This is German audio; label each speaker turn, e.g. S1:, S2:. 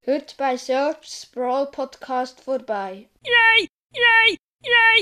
S1: Hört bei Search Sprawl Podcast vorbei.
S2: Yay! Yay! Yay!